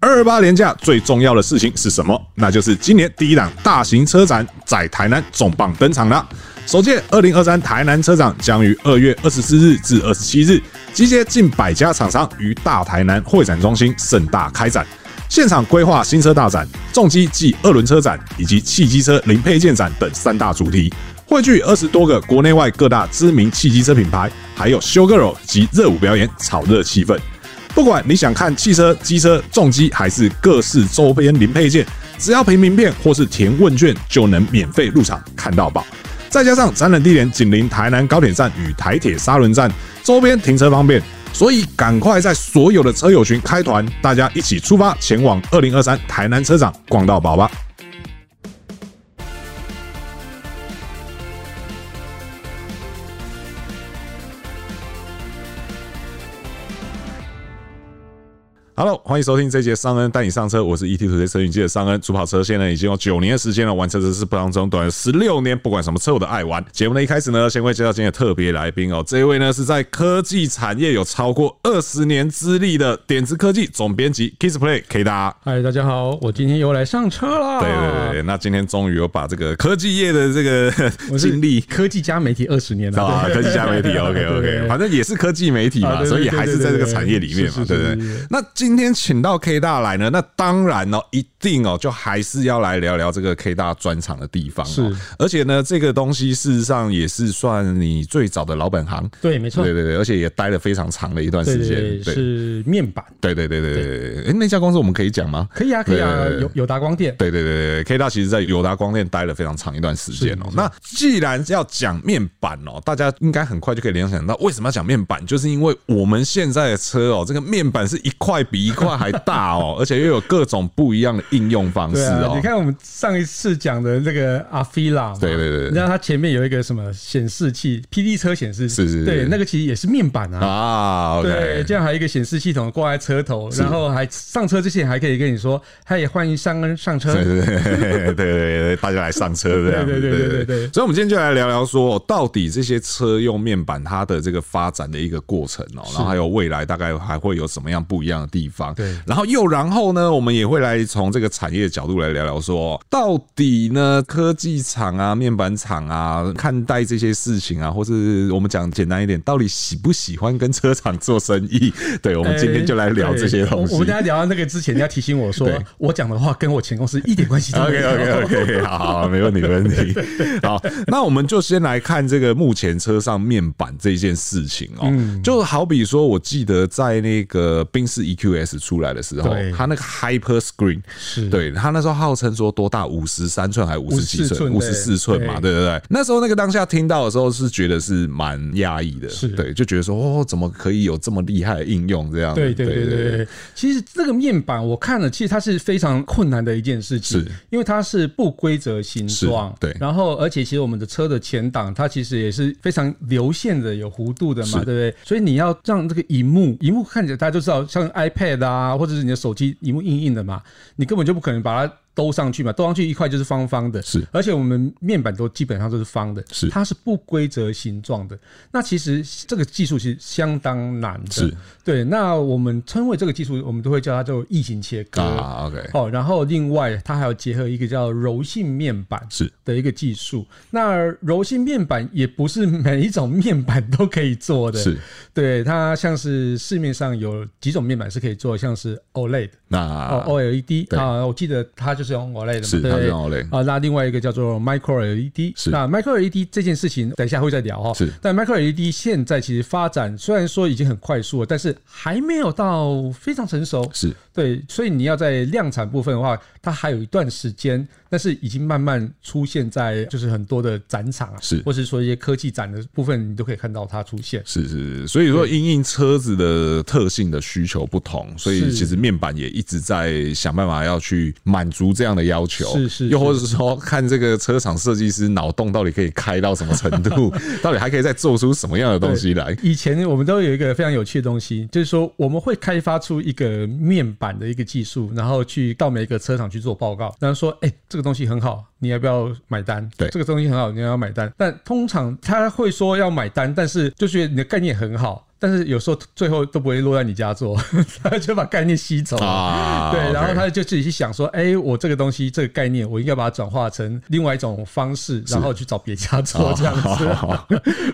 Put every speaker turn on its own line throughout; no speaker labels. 二八年假最重要的事情是什么？那就是今年第一档大型车展在台南重磅登场啦！首届二零二三台南车展将于二月二十四日至二十七日，集结近百家厂商于大台南会展中心盛大开展。现场规划新车大展、重机暨二轮车展以及汽机车零配件展等三大主题，汇聚二十多个国内外各大知名汽机车品牌，还有 showgirl 及热舞表演，炒热气氛。不管你想看汽车、机车、重机，还是各式周边零配件，只要凭名片或是填问卷，就能免费入场看到宝。再加上展览地点紧邻台南高铁站与台铁沙仑站，周边停车方便，所以赶快在所有的车友群开团，大家一起出发前往二零二三台南车展逛到宝吧！Hello，欢迎收听这一节尚恩带你上车，我是 E ET 土车车云记的尚恩。主跑车现在已经有九年的时间了，玩车这是不当中短十六年，不管什么车我都爱玩。节目的一开始呢，先会介绍今天的特别来宾哦，这一位呢是在科技产业有超过二十年资历的点子科技总编辑 Kissplay K 大。
嗨，大家好，我今天又来上车啦！
对对对，那今天终于有把这个科技业的这个 经历。
科技加媒体二十年了，
啊，科技加媒体，OK
对对
OK，
对
反正也是科技媒体
啊
嘛，
对对
所以还是在这个
对对对
产业里面嘛，
是是
对
是
不
是
对
是？
那今天请到 K 大来呢，那当然哦，一定哦，就还是要来聊聊这个 K 大专场的地方、哦。
是，
而且呢，这个东西事实上也是算你最早的老本行，
对，没错
对，对对，而且也待了非常长的一段
对
时间，
对对，是面板，
对对对对对对。哎，那家公司我们可以讲吗？
可以啊，可以啊
对对，对
有有达光电，
对对对对对，K 大其实在友达光电待了非常长一段时间哦、那既然要讲面板哦、大家应该很快就可以联想到为什么要讲面板，就是因为我们现在的车哦、这个面板是一块比一块还大 哦、而且又有各种不一样的应用方式
对
哦、
啊，你看我们上一次讲的那个阿菲拉，
对对对对
你知道它前面有一个什么显示器，PD 车显示器，
是是是
对，那个其实也是面板啊。
啊
对，
，OK，
这样还有一个显示系统挂在车头，然后还上车之前还可以跟你说，他也欢迎上恩 上车。
对对对对对，大家来上车这样。
对对对对对对
所以，我们今天就来聊聊说，到底这些车用面板它的这个发展的一个过程哦、然后还有未来大概还会有什么样不一样的地方。
对
然后又然后呢，我们也会来从这个产业角度来聊聊说，到底呢科技厂啊、面板厂啊，看待这些事情啊，或是我们讲简单一点，到底喜不喜欢跟车厂做生意？对，我
我
们今天就来聊这些东西。
哎我们大家聊到那个之前，你要提醒我说
对，
我讲的话跟我前公司一点关系都没
OK
有。
OK OK，好 好，没问题，没问 题。好，那我们就先来看这个目前车上面板这件事情哦、
嗯
就好比说，我记得在那个宾士 EQS 出来的时候
对，
它那个 Hyper Screen，
是
对它那时候号称说多大，五十三寸还五十几寸，五
54
十四寸嘛，
对
对不对？那时候那个当下听到的时候是觉得是蛮压抑的，
是
对，就觉得说哦，怎么可以有这么厉害的应用这样？
对对对对对，其实这个面板我看了，其实它是非常困难的一件事情
是，
因为它是不规则形状
是，对
然后而且其实我们的车的前挡它其实也是非常流线的，有弧度的嘛，
是
对不对？所以你要让这个荧幕，荧幕看起来大家就知道，像 iPad 啊，或者是你的手机荧幕硬硬的嘛，你根本就不可能把它。兜上去嘛，兜上去一块就是方方的，
是
而且我们面板都基本上都是方的，
是
它是不规则形状的。那其实这个技术其实相当难的，
是
对，那我们称谓这个技术，我们都会叫它叫异形切割。
啊，OK，
哦，然后另外它还有结合一个叫柔性面板
是
的一个技术。那柔性面板也不是每一种面板都可以做的，
是
对它像是市面上有几种面板是可以做，像是 OLED
那
哦 OLED
对
啊，我记得它就是用 OLED 的嘛，
是
对
它
不
是
对
用 OLED
啊，那另外一个叫做 Micro LED，
是
那 Micro LED 这件事情，等一下会再聊哦。
是
但 Micro LED 现在其实发展虽然说已经很快速了，但是还没有到非常成熟。
是
对，所以你要在量产部分的话，它还有一段时间，但是已经慢慢出现在就是很多的展场啊，
是
或是说一些科技展的部分，你都可以看到它出现。
是是是，所以说因应车子的特性的需求不同，所以
是
其实面板也一直在想办法要去满足这样的要求，
是是
又或者是说看这个车厂设计师脑洞到底可以开到什么程 度，到底还可以再做出什么样的东西来。
以前我们都有一个非常有趣的东西，就是说我们会开发出一个面板的一个技术，然后去到每个车厂去做报告，然后说，哎、这个东西很好，你要不要买单？
对
这个东西很好，你要不要买单？但通常他会说要买单，但是就觉得你的概念很 好。但是有时候最后都不会落在你家做，他就把概念吸走了。
啊
哦对，然后后他就自己去想说，哎，我这个东西这个概念，我应该把它转化成另外一种方式，然后去找别家
哦
做这样子。
好，哦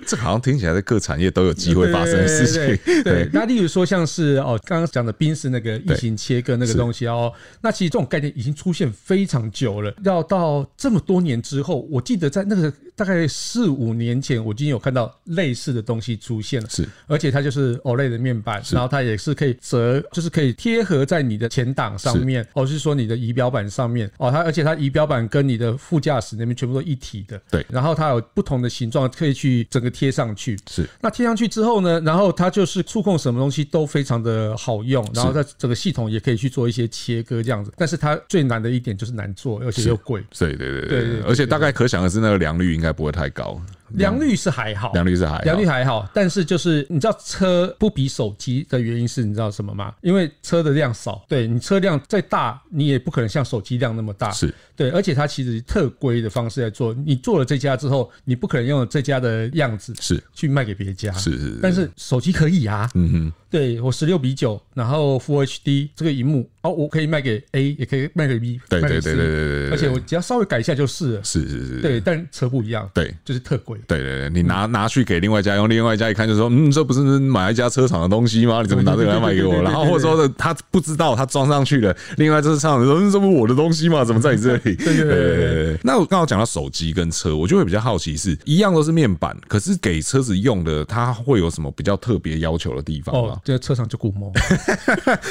这个好像听起来在各产业都有机会发生的事
对
情。
对对对，那例如说像是哦，刚刚讲的宾士那个异形切割那个东西哦，那其实这种概念已经出现非常久了。要到这么多年之后，我记得在那个大概四五年前，我已经有看到类似的东西出现了。
是，
而且它就是 OLED 的面板，然后它也是可以折，就是可以贴合在你的前挡上面，哦，是说你的仪表板上面哦，它而且它仪表板跟你的副驾驶那边全部都一体的，
对
然后它有不同的形状可以去整个贴上去，
是
那贴上去之后呢，然后它就是触控什么东西都非常的好用，然后它整个系统也可以去做一些切割这样子，但是它最难的一点就是难做，而且又贵。
对对对对
对对对
而且大概可想而知，那个良率应该不会太高。
良率是还好，
良率是还好
良率还好，但是就是你知道车不比手机的原因是你知道什么吗？因为车的量少，对你车辆再大，你也不可能像手机量那么大，
是
对，而且它其实以特规的方式来做，你做了这家之后，你不可能用这家的样子
是
去卖给别家，
是是是
但是手机可以啊，
嗯哼，
对我十六比九，然后 Full HD 这个荧幕哦，我可以卖给 A，也可以卖给 B，
对
卖给
对对
C
对对对对对
而且我只要稍微改一下就是了。
是是是，
对，但车不一样，
对
就是特贵。
对对对，你拿拿去给另外一家用，另外一家一看就说，嗯，这不是买一家车厂的东西吗？你怎 么拿这个来卖给我？然后或者说他不知道他装上 去了，另外这是厂商说，嗯，这不是我的东西吗？怎么在你这里？对
对对对对
那我刚好讲到手机跟车，我就会比较好奇是，一样都是面板，可是给车子用的，它会有什么比较特别要求的地方
哦
吗，？
这车上就古摸。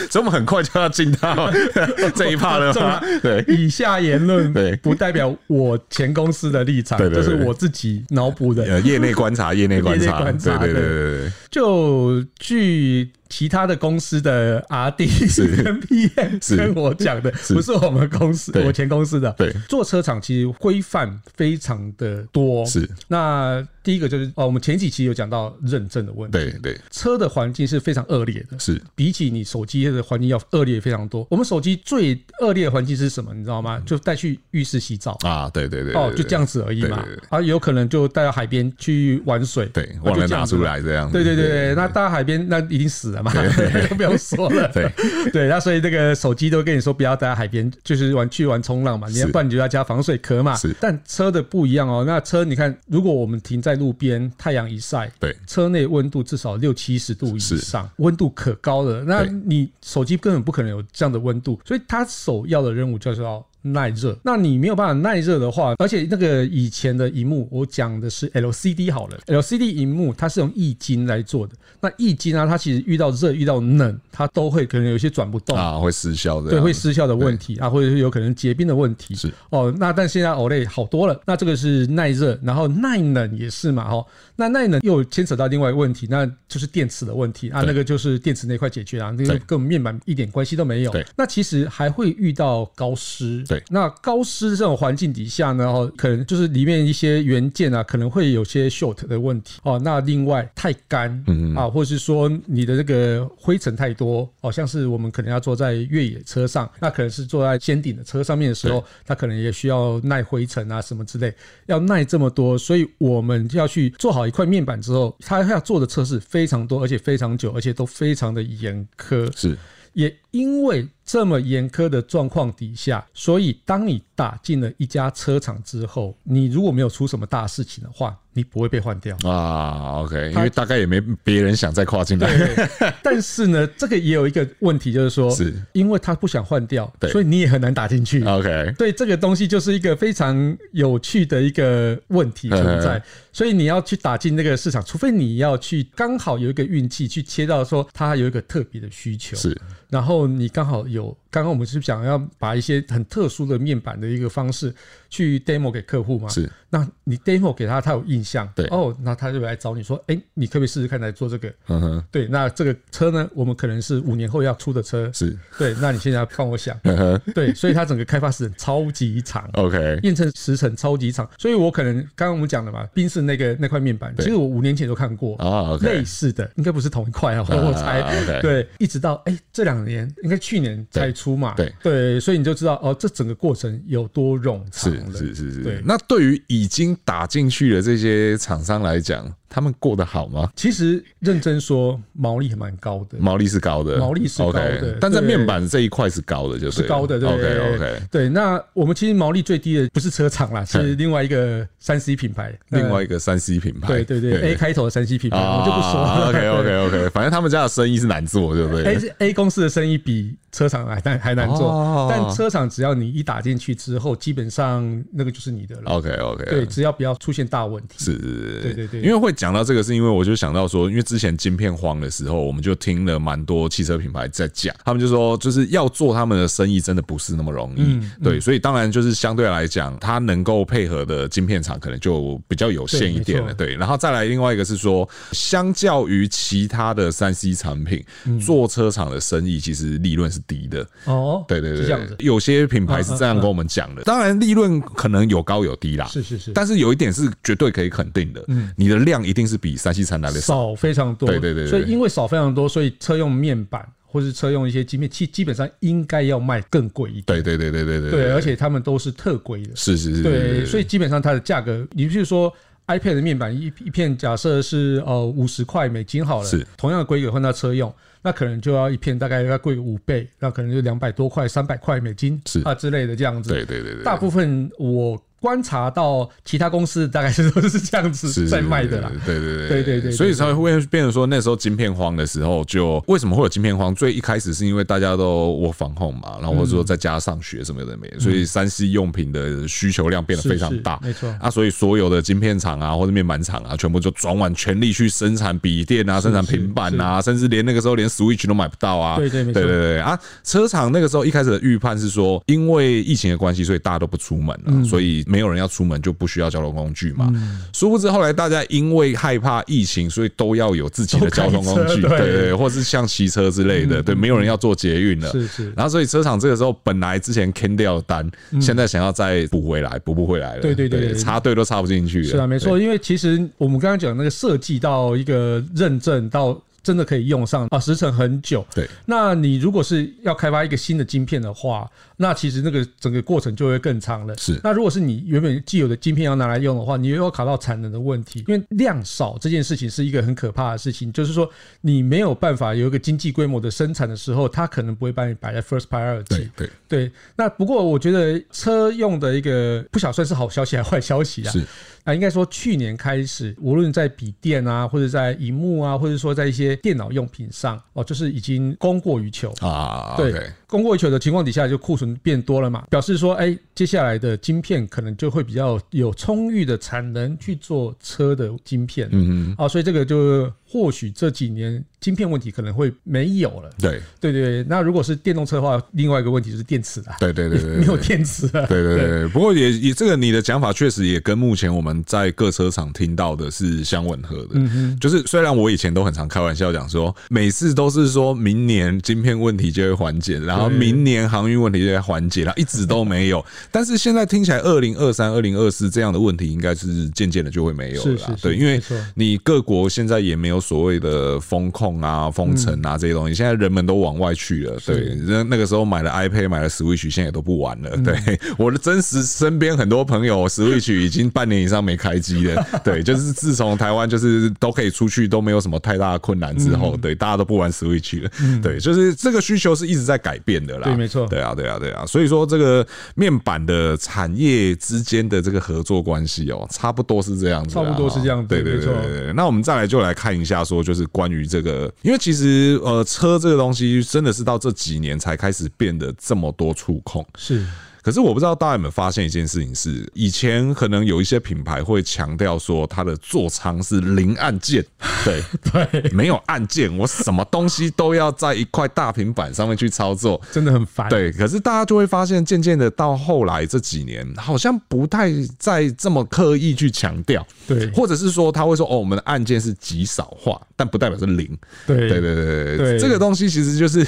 所以我们很快就要进到 这一趴了
这
吗
么？
对。
以下言论
对
不代表我前公司的立场，
对对
这
对
是我自己脑补的。
呃，业内观察，业内观察，
业内观察
对对对对对，
就据其他的公司的 R D 跟 P M
是
跟我讲的，不是我们公司，
对
我前公司的。
对
做车厂其实规范非常的多。
是，
那第一个就是哦，我们前几期有讲到认证的问题。
对对
车的环境是非常恶劣的，
是
比起你手机的环境要恶劣非常多。我们手机最恶劣的环境是什么？你知道吗？就带去浴室洗澡。
啊，对嗯对对，
哦，
对
就这。样子而已嘛
对对对。
啊，有可能就带到海边去玩水，
对，
啊
忘了
就这
拿
样子
出
嘛
来这样。
对对对对，那大海边那一定死了嘛，就 不用说了。
对
对，那所以这个手机都跟你说不要在海边，就是玩去玩冲浪嘛，你要
是
不然你就要加防水壳嘛
是。
但车的不一样哦，那车你看，如果我们停在路边，太阳一晒，
对
车内温度至少六七十度以
是
上，温度可高了。那
对
你手机根本不可能有这样的温度，所以它首要的任务就是要。耐热，那你没有办法耐热的话，而且那个以前的荧幕，我讲的是 LCD 好了，LCD 荧幕它是用液晶来做的。那液晶啊，它其实遇到热、遇到冷，它都会可能有一些转不动，
啊，会失效的。
对，会失效的问题啊，或者是有可能结冰的问题。
是
哦，那但现在 OLED 好多了，那这个是耐热，然后耐冷也是嘛，哦，那耐冷又牵扯到另外一个问题，那就是电池的问题啊，
对
那个就是电池那块解决啊，那
对
个跟我们面板一点关系都没有
对。
那其实还会遇到高湿，
对
那高湿这种环境底下呢，哦，可能就是里面一些元件啊，可能会有些 short 的问题哦。那另外太干，
嗯
啊，或是说你的这个灰尘太多，哦，像是我们可能要坐在越野车上，那可能是坐在尖顶的车上面的时候，它可能也需要耐灰尘啊什么之类，要耐这么多，所以我们要去做好一块面板之后，它要做的测试非常多，而且非常久，而且都非常的严苛。
是
也因为这么严苛的状况底下，所以当你打进了一家车厂之后，你如果没有出什么大事情的话，你不会被换掉。
啊，OK，因
它
为大概也没别人想再跨进来。
对，但是呢，这个也有一个问题，就是 说，
是
因为他不想换掉，
对啊
所以你也很难打进去。
OK，
对，这个东西就是一个非常有趣的一个问
嗯
题存在，所以你要去打进那个市场，除非你要去刚好有一个运气去切到说它有一个特别的需求，
是
然后你刚好有，刚刚我们是想要把一些很特殊的面板的一个方式去 demo 给客户嘛？
是，
那你 demo 给他，他有印象，
对
哦，那他就来找你说，哎、你可不可以试试看来做这个？
嗯哼，
对，那这个车呢，我们可能是五年后要出的车，
是，，
对，那你现在帮我想
嗯哼哦
对，所以它整个开发时程超级长。
，OK，
验证时程超级长，所以我可能刚刚我们讲的嘛，宾士那个那块面板，其实我五年前就看过
啊
类
，OK，
似的，应该不是同一块啊，
啊
我猜。
OK
对，一直到哎、这两年，应该去年才出嘛。
对
对，所以你就知道哦，这整个过程有多冗
是
长了。
是是是
对。
那对于已经打进去的这些厂商来讲，他们过得好吗？
其实认真说，毛利还蛮高的，
毛利是高的，
毛利是高的
OK，
对
但在面板这一块是高的，就是
高的，对
OK OK，
对。那我们其实毛利最低的不是车厂啦，是另外一个三 C 品牌，
另外
一
一个三 C 品牌，
对对对 A 开头的三 C 品牌，
啊，
我就不说了。哎
OK OK OK，反正他们家的生意是难做，对不对？
A A 公司的生意比车厂还难还难做，
哦
但车厂只要你一打进去之后，基本上那个就是你的了。
OK 哦 OK，
对，只要不要出现大问题，
是是，
对对对
因为会讲到这个，是因为我就想到说，因为之前晶片荒的时候，我们就听了蛮多汽车品牌在讲，他们就说，就是要做他们的生意，真的不是那么容易。
嗯
对，所以当然就是相对来讲，它能够配合的晶片厂可能就比较有限一点了。对，然后再来另外一个是说，相较于其他的三 C 产品，
嗯
做车厂的生意其实利润是低的。
哦，
对对对，
是这样子，嗯
有些品牌是这样跟我们讲的。当然，利润可能有高有低啦。
是嗯是是，
但是有一点是绝对可以肯定的，你的量一定是比山西产来的少。
少非常多，
对对对对
所以因为少非常多，所以车用面板或是车用一些晶片，基基本上应该要卖更贵一点，
对对对对对对
对，而且他们都是特规的，
是是是，
对，所
以
以基本上它的价格，你譬如说 iPad 的面板一一片，假设是呃五十块美金好了，
是
同样的规格换到车用，那可能就要一片大概要贵个五倍，那可能就两百多块、三百块美金
是
啊之类的这样子。
对对对对，
大部分我观察到其他公司大概是都是这样子
是
在卖的啦。，
对对对
对对对对
所以才会变成说那时候晶片荒的时候，就为什么会有晶片荒？最一开始是因为大家都我防控嘛，然后或
嗯
者说在家上学什么的没，所以三 C 用品的需求量变得非常大，
是是没错
啊，所以所有的晶片厂啊或者面板厂啊，全部就转往全力去生产笔电啊，生产平板啊，甚至连那个时候连 Switch 都买不到啊，
对对没错
对对啊，车厂那个时候一开始的预判是说，因为疫情的关系，所以大家都不出门
嗯
了，所以没有人要出门，就不需要交通工具嘛。殊不知后来大家因为害怕疫情，所以都要有自己的交通工具，
都
对
开车嗯
对，对或是像骑车之类的，对，没有人要做捷运了。
是是
然后所以车厂这个时候本来之前坑掉的单，现在想要再补回来，补不回来了。
嗯对对对对对
插队都插不进去了。
是啊，没
对
错，因为其实我们刚刚讲那个设计到一个认证到。真的可以用上啊，时程很久。
对，
那你如果是要开发一个新的晶片的话，那其实那个整个过程就会更长了。
是
那如果是你原本既有的晶片要拿来用的话，你又要考到产能的问题，因为量少这件事情是一个很可怕的事情，就是说你没有办法有一个经济规模的生产的时候，它可能不会把你摆在 first priority。
对对
对，那不过我觉得车用的一个不晓得算是好消息还是坏消息啊？
是
啊，应该说去年开始，无论在笔电啊，或者在荧幕啊，或者说在一些电脑用品上，哦，就是已经供过于求。
啊，
对
OK，
供过于求的情况底下，就库存变多了嘛，表示说，哎，接下来的晶片可能就会比较有充裕的产能去做车的晶片。
嗯嗯，
啊，所以这个就或许这几年晶片问题可能会没有了。
对
对对对，那如果是电动车的话，另外一个问题就是电池啦。
对对对对对，
没有电池啊 了。
对对对对，不过也也这个你的讲法确实也跟目前我们在各车厂听到的是相吻合的。
嗯
就是虽然我以前都很常开玩笑讲说，每次都是说明年晶片问题就会缓解，然后明年航运问题就会缓解，然后一直都没有。但是现在听起来，二零二三、二零二四这样的问题应该是渐渐的就会没有了啦
是是是
对，因为
没错
你各国现在也没有所谓的风控啊、封城啊这些东西，现在人们都往外去了。对，那那个时候买了 iPad、买了 Switch，现在也都不玩
嗯
了。对，我的真实身边很多朋友 Switch 已经半年以上没开机了。 对，就是自从台湾就是都可以出去，都没有什么太大的困难之
嗯
后，对，大家都不玩 Switch 了。对，就是这个需求是一直在改变的啦。
对没错
对啊，对啊，对啊。所以说这个面板的产业之间的这个合作关系哦，差不多是这样子啦。
差不多是这样子
对对
没
对
错
对对。对那我们再来就来看一下，说就是关于这个，因为其实呃，车这个东西真的是到这几年才开始变得这么多触控。
是
可是我不知道大家有没有发现一件事情是，以前可能有一些品牌会强调说它的座舱是零按键，对对，没有按键，我什么东西都要在一块大平板上面去操作。
真的很烦。，
对，可是大家就会发现，渐渐的到后来这几年，好像不太再这么刻意去强调，
对
或者是说他会说哦，我们的按键是极少化，但不代表是零。
对
对对对对对，
对
这个东西其实就是，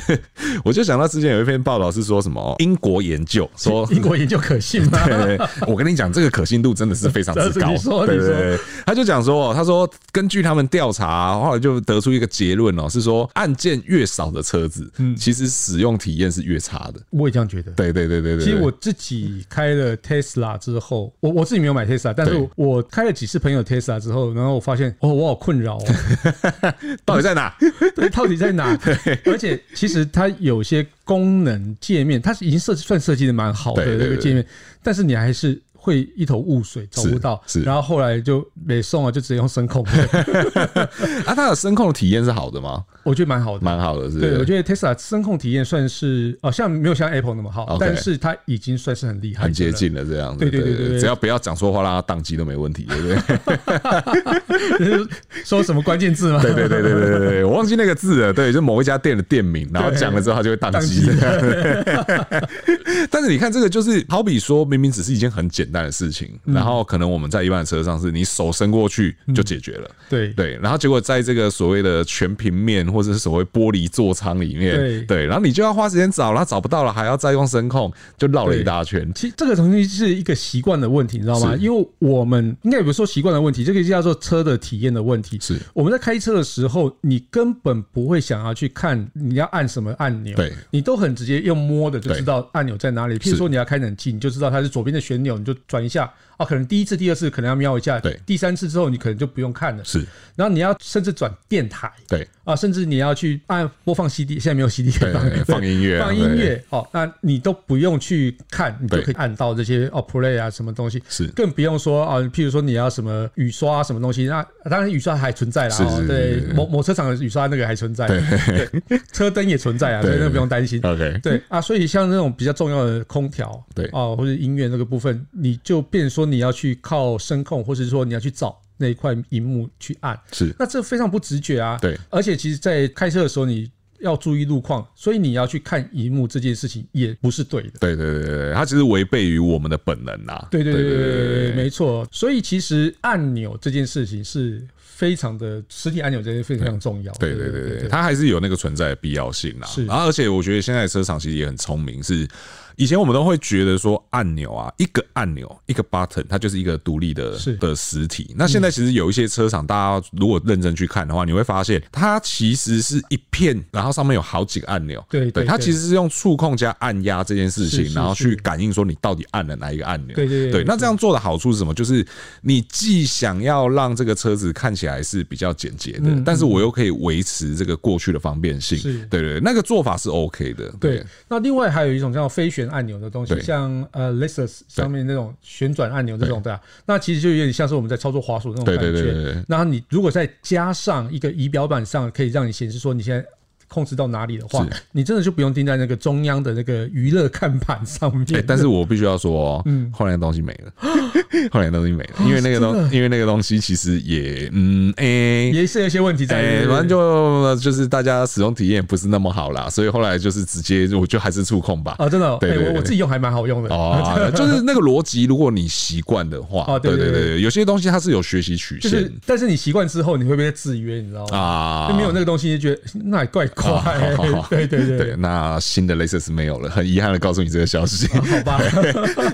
我就想到之前有一篇报道是说什么英国研究说
英国研究可信吗？
对，我跟你讲，这个可信度真的是非常 之高。
你说
对对
你说
对，他就讲说，哦他说根据他们调查，后来就得出一个结论哦，是说按键越少的车子，
嗯
其实使用体验是越差的。
我也这样觉得。
对对对对对，
其实我自己开了 Tesla 之后，我我自己没有买 Tesla，但是
对
我开了几次朋友 Tesla 之后，然后我发现哦，我好困 扰、哦，
到底在哪？
对，到底在哪？而且其实它有些功能界面，它是已经设计算设计的蛮好的
对对
这个
对
界面，但是你还是会一头雾水，找不到。
是
然后后来就没送啊，就直接用声控的，
啊，它的声控的体验是好的吗？
我觉得蛮好的。
蛮好的，是不
对，我
是？
觉得 Tesla 声控体验算是哦，像没有像 Apple 那么好
OK
但是它已经算是很厉害的了，
很接近了，这样子。
对对对对对
只要不要讲错话，让它宕机都没问题，对不对？
说什么关键字 吗？
对对对对对对对，我忘记那个字了。对，就某一家店的店名，然后讲了之后，它就会宕机
宕。
但是你看，这个就是好比说，明明只是一件很简单的事情，然后可能我们在一般的车上是你手伸过去就解决了。
对
对，然后结果在这个所谓的全平面或者是所谓玻璃座舱里面，
对
对，然后你就要花时间找，然后找不到了，还要再用声控，就绕了一
对
大圈。
其实这个东西是一个习惯的问题，你知道吗？
是
因为我们应该也不是说习惯的问题，这个叫做车的体验的问题。
是
我们在开车的时候，你根本不会想要去看你要按什么按钮，
对
你都很直接用摸的就
对
知道按钮在哪里。譬如说你要开冷气，你就知道它是左边的旋钮，你就转一下。啊，可能第一次、第二次可能要瞄一下，
对
第三次之后你可能就不用看了。
是，
然后你要甚至转电台，
对，
啊，甚至你要去按播放 CD，现在没有 CD 可
对
以 放，
对放音乐啊
放音
对
乐哦，那你都不用去看，你就
对
可以按到这些哦 play 啊什么东西，
是
更不用说啊，譬如说你要什么雨刷啊什么东西，那当然雨刷还存在啦，
是
哦
是是
对
是，是
某某车厂的雨刷那个还存在，啊对， 车灯也存在啊，所以那个不用担心。
OK，
对啊，所以像那种比较重要的空调，
对
哦，或者音乐那个部分，你就变成说你要去靠声控，或者说你要去找那一块荧幕去按，
是
那这非常不直觉啊。
对，
而且其实，在开车的时候你要注意路况，所以你要去看荧幕这件事情也不是对的。
对对对对对，它其实违背于我们的本能啊呐、
对对对对对对，没错。所以其实按钮这件事情是非常的，实体按钮这件事非常重要。
对对对对，它还是有那个存在的必要性啦。
是
然后而且我觉得现在的车厂其实也很聪明，是以前我们都会觉得说按钮啊，一个按钮一个 button，它就是一个独立的
是嗯
的实体。那现在其实有一些车厂，大家如果认真去看的话，你会发现它其实是一片，然后上面有好几个按钮。
对对
对，它
对
其实是用触控加按压这件事
是
情，
是
然后去
是
感应说你到底按了哪一个按钮。
对对对
对，那
没
这样做的好处是什么？就是你既想要让这个车子看起来是比较简洁的，但是我又可以维持这个过去的方便性
嗯是。
对对，对那个做法是 OK 的。
对，那另外还有一种叫非旋按钮的东西，
对
像呃 Lexus 上面那种旋转按钮这种，对吧？那其实就有点像是我们在操作滑鼠那种
对
感
对对对
觉
对。
然后你如果再加上一个仪表板上可以让你显示说你现在。控制到哪里的话
是，
你真的就不用盯在那个中央的那个娱乐看板上面。
哎但是我必须要说哦，
嗯
后来的东西没了， 后来的东西没了，因为那个东，因为那个东西其实也，嗯，哎，
哦也是有一些问题在，
哎
对，不对
反正就就是大家使用体验不是那么好啦，所以后来就是直接我就还是触控吧。
啊，真的哦，
对
哎
对对
我我
对
自己用还蛮好用的。
哦， 就是那个逻辑，如果你习惯的话，
哦对
对
对
对
对
对，有些东西它是有学习曲
就
线
是，但是你习惯之后，你会不会制约？你知道吗？
啊，
就没有那个东西，就觉得那也怪怪哎
啊。好好好
对对对，
对，那新的 Lexus 没有了，很遗憾的告诉你这个消 息。
好吧。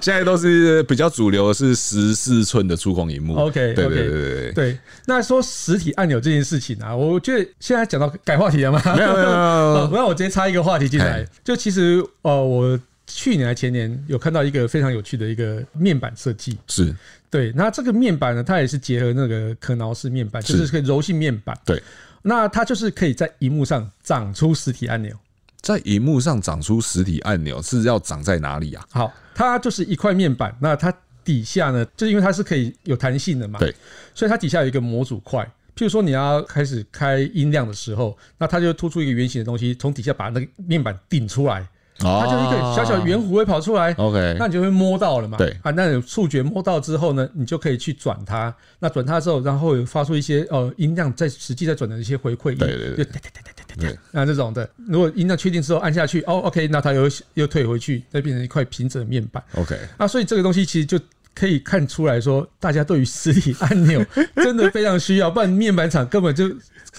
现在都是比较主流的是十四寸的触控荧幕。
OK，OK
对对对对对，
对，那说实体按钮这件事情啊，我觉得现在讲到改话题了吗？
没有没有没
哦
有，
那我直接插一个话题进来
哎，
就其实呃，我去年还前年有看到一个非常有趣的一个面板设计，
是
对，那这个面板呢，它也是结合那个可挠式面板，就是是可以柔性面板，
对，
那它就是可以在荧幕上长出实体按钮。
在荧幕上长出实体按钮是要长在哪里啊？
好，它就是一块面板，那它底下呢，就是因为它是可以有弹性的嘛，
对，
所以它底下有一个模组块。譬如说你要开始开音量的时候，那它就突出一个圆形的东西，从底下把那个面板顶出来，
哦
它就一个小小圆弧会跑出来。
OK，
那你就会摸到了嘛？
对
啊，那有触觉摸到之后呢，你就可以去转它。那转它之后，然后有发出一些呃音量在实际在转的一些回馈音，
对对对
就哒哒哒哒哒哒哒那这种的。如果音量确定之后按下去，哦，OK，那它又又退回去，再变成一块平整的面板。
OK，
那所以这个东西其实就。可以看 出来说，大家对于实体按钮真的非常需要，不然面板厂根本就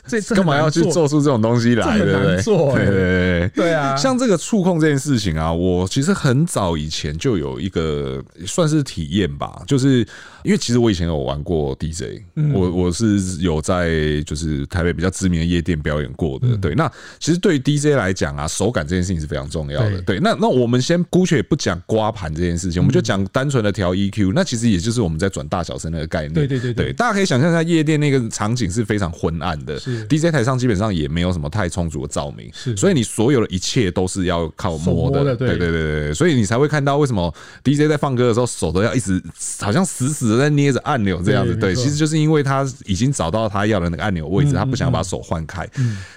这这很
干嘛要去
难
做出这种东西来？
这很
对不
难
对？
做
对对
欸
对对
对啊，
像这个触控这件事情啊，我其实很早以前就有一个算是体验吧，就是因为其实我以前有玩过 DJ，、我
嗯
我是有在就是台北比较知名的夜店表演过
嗯
的。对，那其实对于 DJ 来讲啊，手感这件事情是非常重要的。对，那那我们先姑且不讲刮盘这件事情，我们
嗯
就讲单纯的调 EQ，那其实也就是我们在转大小声那个概念。
对对对对
对，大家可以想象一下，夜店那个场景是非常昏暗的
是
，DJ 台上基本上也没有什么太充足的照明，
是
所以你所有的一切都是要靠摸
手摸
的，
的对
对对对对对，所以你才会看到为什么 DJ 在放歌的时候手都要一直好像死死的在捏着按钮这样子，
对
对，
没错
其实就是因为他已经找到他要的那个按钮位置，他不想把手换开。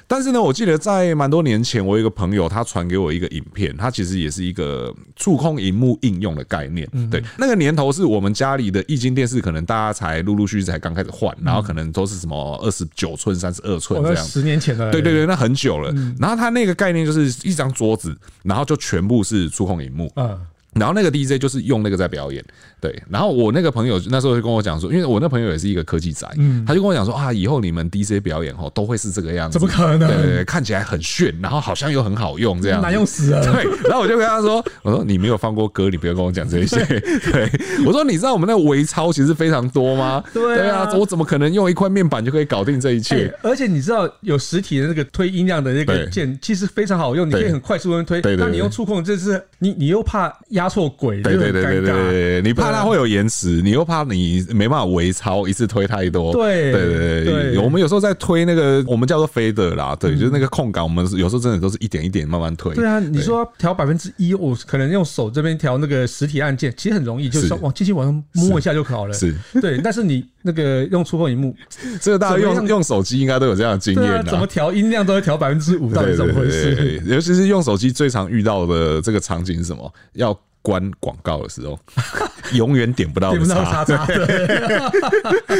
但是呢，我记得在蛮多年前，我有一个朋友他传给我一个影片，它其实也是一个触控荧幕应用的概念，对，那个年头是我们家里的液晶电视，可能大家才陆陆续续才刚开始换，然后可能都是什么二十九寸、三十二寸
我
这
哦那哎
样子。
十年前的，
对对对，那很久了。然后它那个概念就是一张桌子，然后就全部是触控荧幕，
嗯，
然后那个 DJ 就是用那个在表演，对。然后我那个朋友那时候就跟我讲说，因为我那朋友也是一个科技宅，他就跟我讲说啊，以后你们 DJ 表演后都会是这个样子，
嗯怎么可能嗯
对对对，看起来很炫，然后好像又很好用这样子，
难用死了。
对，然后我就跟他说：“我说你没有放过歌，你不要跟我讲这 些。对，我说你知道我们那个微操其实非常多吗？
对啊
我怎么可能用一块面板就可以搞定这一切？
哎而且你知道有实体的那个推音量的那个
对
键，其实非常好用，你可
对
以很快速的推。
对对对
那你用触控，这是你你又怕压错轨，
对
就
对
很
对对
尴啊
对
尬。
对，你怕它会有延迟，你又怕你没办法微操，一次推太多。对
对
对
对嗯
对，我们有时候在推那个我们叫做 fader 啦，对，就是那个空感，我们有时候真的都是一点一点慢慢推。
对啊，你说调百分之一，我可能用手这边调那个实体按键，其实很容易，就是
是
往轻轻往上摸一下就好了。
是
对，但是你那个用触控荧幕，
这个大家
怎么样
用用手机应该都有这样的经
对
验
啊，
啦。
怎么调音量都要调百分之五，到底
对
怎么回
对对
事？
对对尤其是用手机最常遇到的这个场景是什么？要关广告的时 候，永远点不到
点
的
不到
叉
叉，叉的，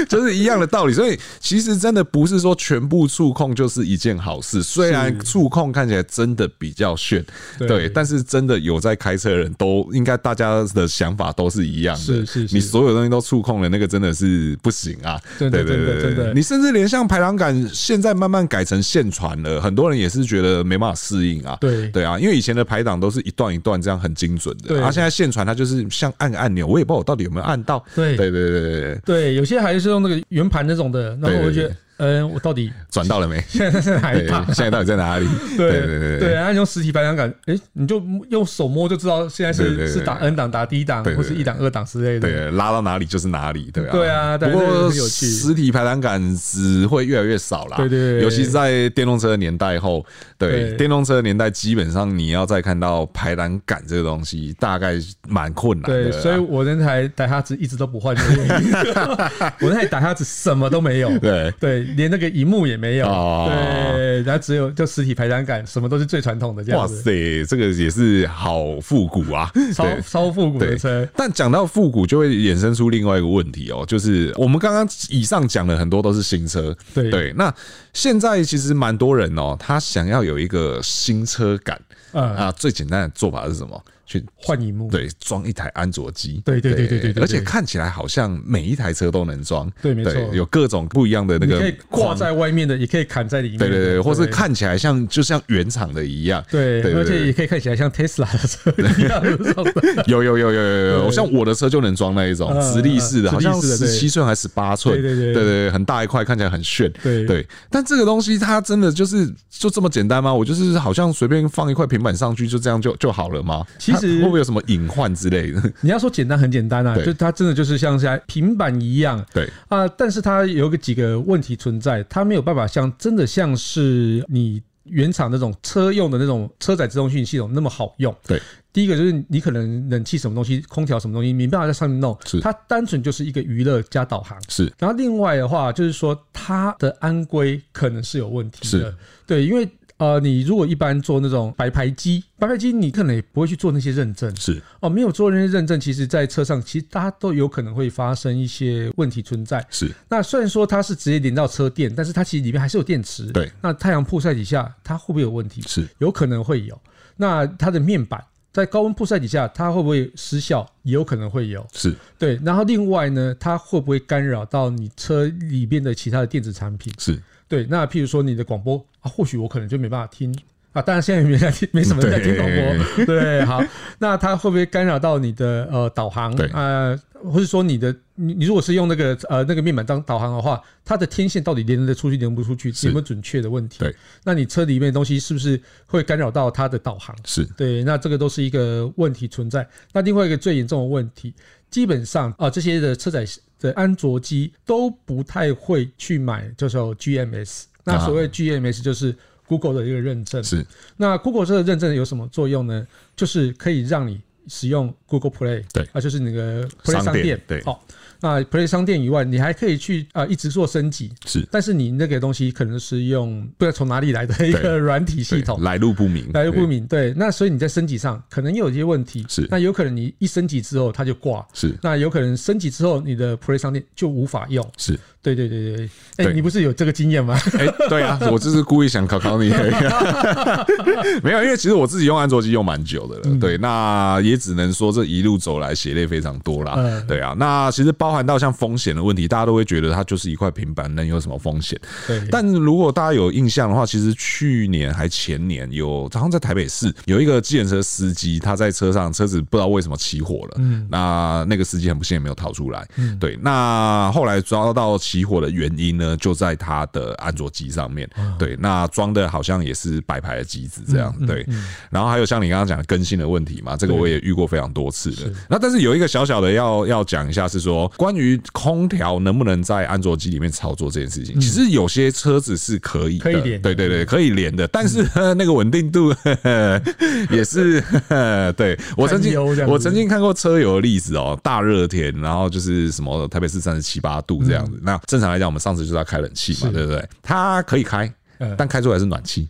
就是一样的道理。所以其实真的不是说全部触控就是一件好事，虽然触控看起来真的比较炫，
对
对，但是真的有在开车的人都应该大家的想法都是一样的，
是是是
你所有东西都触控了，那个真的是不行啊，
真的
对对
真的
对对
真的
对你甚至连像排挡杆现在慢慢改成线传了，很多人也是觉得没办法适应啊，
对
对啊，因为以前的排档都是一段一段这样很精准的，
对
然后现在线传它就是像按个按钮，我也不知道我到底有没有按到，
对
对对对对对，
对，有些还是用那个圆盘那种的，然后我就觉
对对
得，嗯，我到底
转到了没？
现在在哪
对
一把，？
现在到底在哪里？
哎 对
对对
对啊，用实体排档杆，哎、你就用手摸就知道现在
对对
是
对
是打 N 档、打 D 档，
对对
或是一档、二档之类的。
对，拉到哪里就是哪里，对啊，
对啊
不
但是
过
很有趣
实体排挡杆只会越来越少啦，
对对对
尤其是在电动车的年代后，对
对
电动车的年代，基本上你要再看到排挡杆这个东西，大概蛮困难的啊
对，
啦。
所以我那台打哈子一直都不换的原因， 我那台打哈子什么都没有，
对
对，连那个荧幕也没有，
哦
对，然后只有就实体排档杆，什么都是最传统的这样
哇
子，
塞，这个也是好复古啊，
超
对。
超复古的
对
车，，
但讲到复古，就会衍生出另外一个问题哦，就是我们刚刚以上讲的很多都是新车，
对
对。那现在其实蛮多人哦，他想要有一个新车感，
嗯
啊，最简单的做法是什么？去
换荧幕，
对装一台安卓机，
嗯对对对对对对
而且
对
看起来好像每一台车都能装，
对没错
有各种不一样的那
你
个
可以挂
框
在外面的，也可以砍在里面的，
对对对，或是看起来像就像原厂的一样，
对，
对
而且也可以看起来像 Tesla 的车一样的这种的
有有有有有有有，
对
像我的车就能装那一种
嗯
直立式的，
嗯
好像
直立式的
十
对
七寸还是八寸，
对对对
对对，很大一块，看起来很炫，
对
对。但这个东西它真的就是就这么简单吗？我就是好像随便放一块平板上去，就这样就就好了吗？
其实
它会不会有什么隐患之类的？
你要说简单很简单啊，
对
就它真的就是像是平板一样
对
啊、但是它有个几个问题存在，它没有办法像真的像是你原厂那种车用的那种车载自动讯息系统那么好用。
对，
第一个就是你可能冷气什么东西、空调什么东西，你没办法在上面弄
是，
它单纯就是一个娱乐加导航。
是
然后另外的话，就是说它的安规可能是有问题的
是，
对，因为呃，你如果一般做那种白牌机，白牌机你可能也不会去做那些认证
是，
哦，没有做那些认证，其实在车上其实大家都有可能会发生一些问题存在。
是
那虽然说它是直接连到车电，但是它其实里面还是有电池，
对，
那太阳曝晒底下它会不会有问题？
是，
有可能会有。那它的面板在高温曝晒底下，它会不会失效？也有可能会有。
是
对，然后另外呢，它会不会干扰到你车里边的其他的电子产品？
是
对，那譬如说你的广播啊，或许我可能就没办法听啊。当然现在没在听，没什么人在听广播。对，好，那它会不会干扰到你的呃导航
对
啊、呃，或是说你的你你如果是用那个呃那个面板当导航的话，它的天线到底连得出去连不出去，有没有准确的问题？
对，
那你车里面的东西是不是会干扰到它的导航？
是
对，那这个都是一个问题存在。那另外一个最严重的问题，基本上啊、这些的车载的安卓机都不太会去买，就是有 GMS。那
啊
所谓 GMS 就是 Google 的一个认证。
是，
那 Google 这个认证有什么作用呢？就是可以让你使用 Google Play，
对
啊，就是那个 Play
商
商
店
店，
对
好、那 Play 商店以外，你还可以去啊、呃一直做升级，
是
但是你那个东西可能是用不知道从哪里来的一个
对
软体系
对
统，
来路不明，
来路不明，对，那所以你在升级上可能也有一些问题，
是
那有可能你一升级之后它就挂，
对，是
那有可能升级之后你的 Play 商店就无法用，
是，
对对对对，哎、
对
你不是有这个经 验吗？
哎、对啊，我这是故意想考考你而已啊， 没有，因为其实我自己用安卓机用蛮久的了，
嗯
对，那也只能说这一路走来血泪非常多啦，
嗯
对啊，那其实包含到像风险的问题，大家都会觉得它就是一块平板，能有什么风险？
对，
但如果大家有印象的话，其实去年还前年有，好像在台北市有一个计程车司机，他在车上车子不知道为什么起火了，
嗯
那那个司机很不幸也没有逃出来，对，那后来抓到起火的原因呢，就在他的安卓机上面，
嗯
对，那装的好像也是白牌的机子这样，对，
嗯
然后还有像你刚刚讲的更新的问题嘛，这个我也遇过非常多次的。那但是有一个小小的要要讲一下，是说关于空调能不能在安卓机里面操作这件事情，其实有些车子是可以的，
嗯可以连的嗯
对对对，可以连的，但是呵那个稳定度呵呵 也是，呵对我曾经
堪忧这样子
我曾经看过车友的例子哦，大热天，然后就是什么台北市三十七八度这样
嗯
子，那正常来讲，我们上次就是要开冷气嘛，对不对？它可以开
嗯。
但开出来是暖气，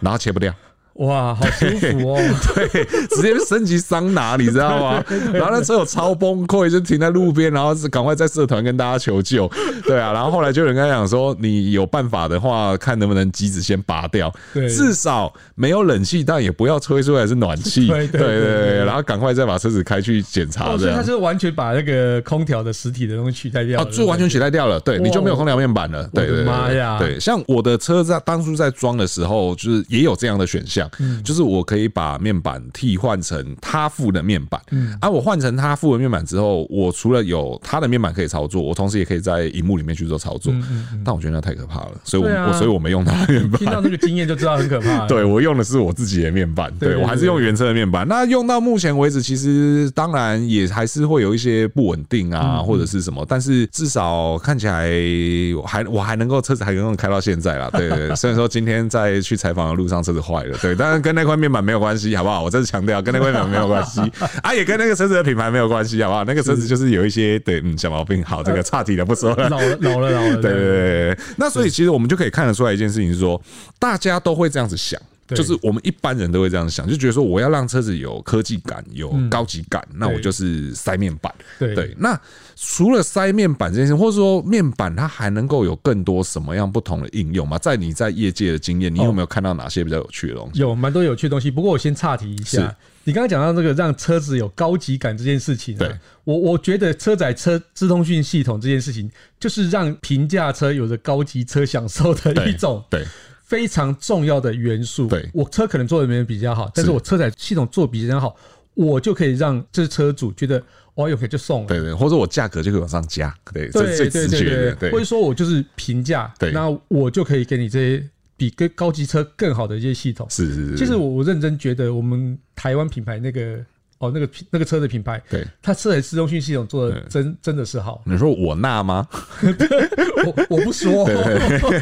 然后切不掉，
哇，好舒服 哦，
对，直接升级桑拿，你知道 吗？然后那车友超崩溃，就停在路边，然后是赶快在社团跟大家求救。对啊，然后后来就有人跟他讲说，你有办法的话，看能不能机子先拔掉
对，
至少没有冷气，但也不要吹出来是暖气。
对
对
对
对
对
对，然后赶快再把车子开去检查
哦，所
这
以它
样。
是完全把那个空调的实体的东西取代掉
啊，
了，
就完全取代掉了，对，
哇
你就没有空调面板了，对
我的
对对，
妈呀
对，像我的车在当初在装的时候，就是也有这样的选项，
嗯
就是我可以把面板替换成他付的面板，
嗯
啊，我换成他付的面板之后，我除了有他的面板可以操作，我同时也可以在荧幕里面去做操作，但我觉得那太可怕了，所以我
嗯对啊
我所以我没用他的面
对不对听
板。
到那个经验就知道很可怕，
对我用的是我自己的面板，
对
对
对
我还是
对
用原车的面板。那用到目前为止，其实当然也还是会有一些不稳定
嗯
啊，或者是什么，但是至少看起来我还我还能够车子还能够开到现在啦。对对 对，虽然说今天在去采访的路上车子坏了，对，但是跟那块面板没有关系，好不好？我再次强调，跟那块面板没有关系啊，也跟那个车子的品牌没有关系，好不好？那个车子就是有一些对嗯小毛病，好，
呃
这个岔题了，不说了。
老了老了老了，
对对对对，那所以其实我们就可以看得出来一件事情是说，大家都会这样子想。
对
就是我们一般人都会这样想，就觉得说我要让车子有科技感、有高级感，那我就是塞面板。
对
嗯对，那除了塞面板这件事，或者说面板它还能够有更多什么样不同的应用吗？在你在业界的经验，你有没有看到哪些比较有趣的东西？
有蛮多有趣的东西，不过我先岔题一下
是。
你刚刚讲到这个让车子有高级感这件事情、啊，
对
我我觉得车载车自通讯系统这件事情，就是让平价车有着高级车享受的
对
一种
对
非常重要的元素。
对
我车可能做的没人比较好，但是
是
我车载系统做得比人家好，我就可以让这车主觉得哦，OK 就送了。
对对，或者我价格就可以往上加，对，这是最直觉的。对
或者说我就是平价，
对
那我就可以给你这些比跟高级车更好的一些系统。
是是是，
其实我我认真觉得，我们台湾品牌那个哦，那个品那个车的品牌，
对，
它车载自动讯系统做的真真的是好
你说我纳吗？
我我 不说，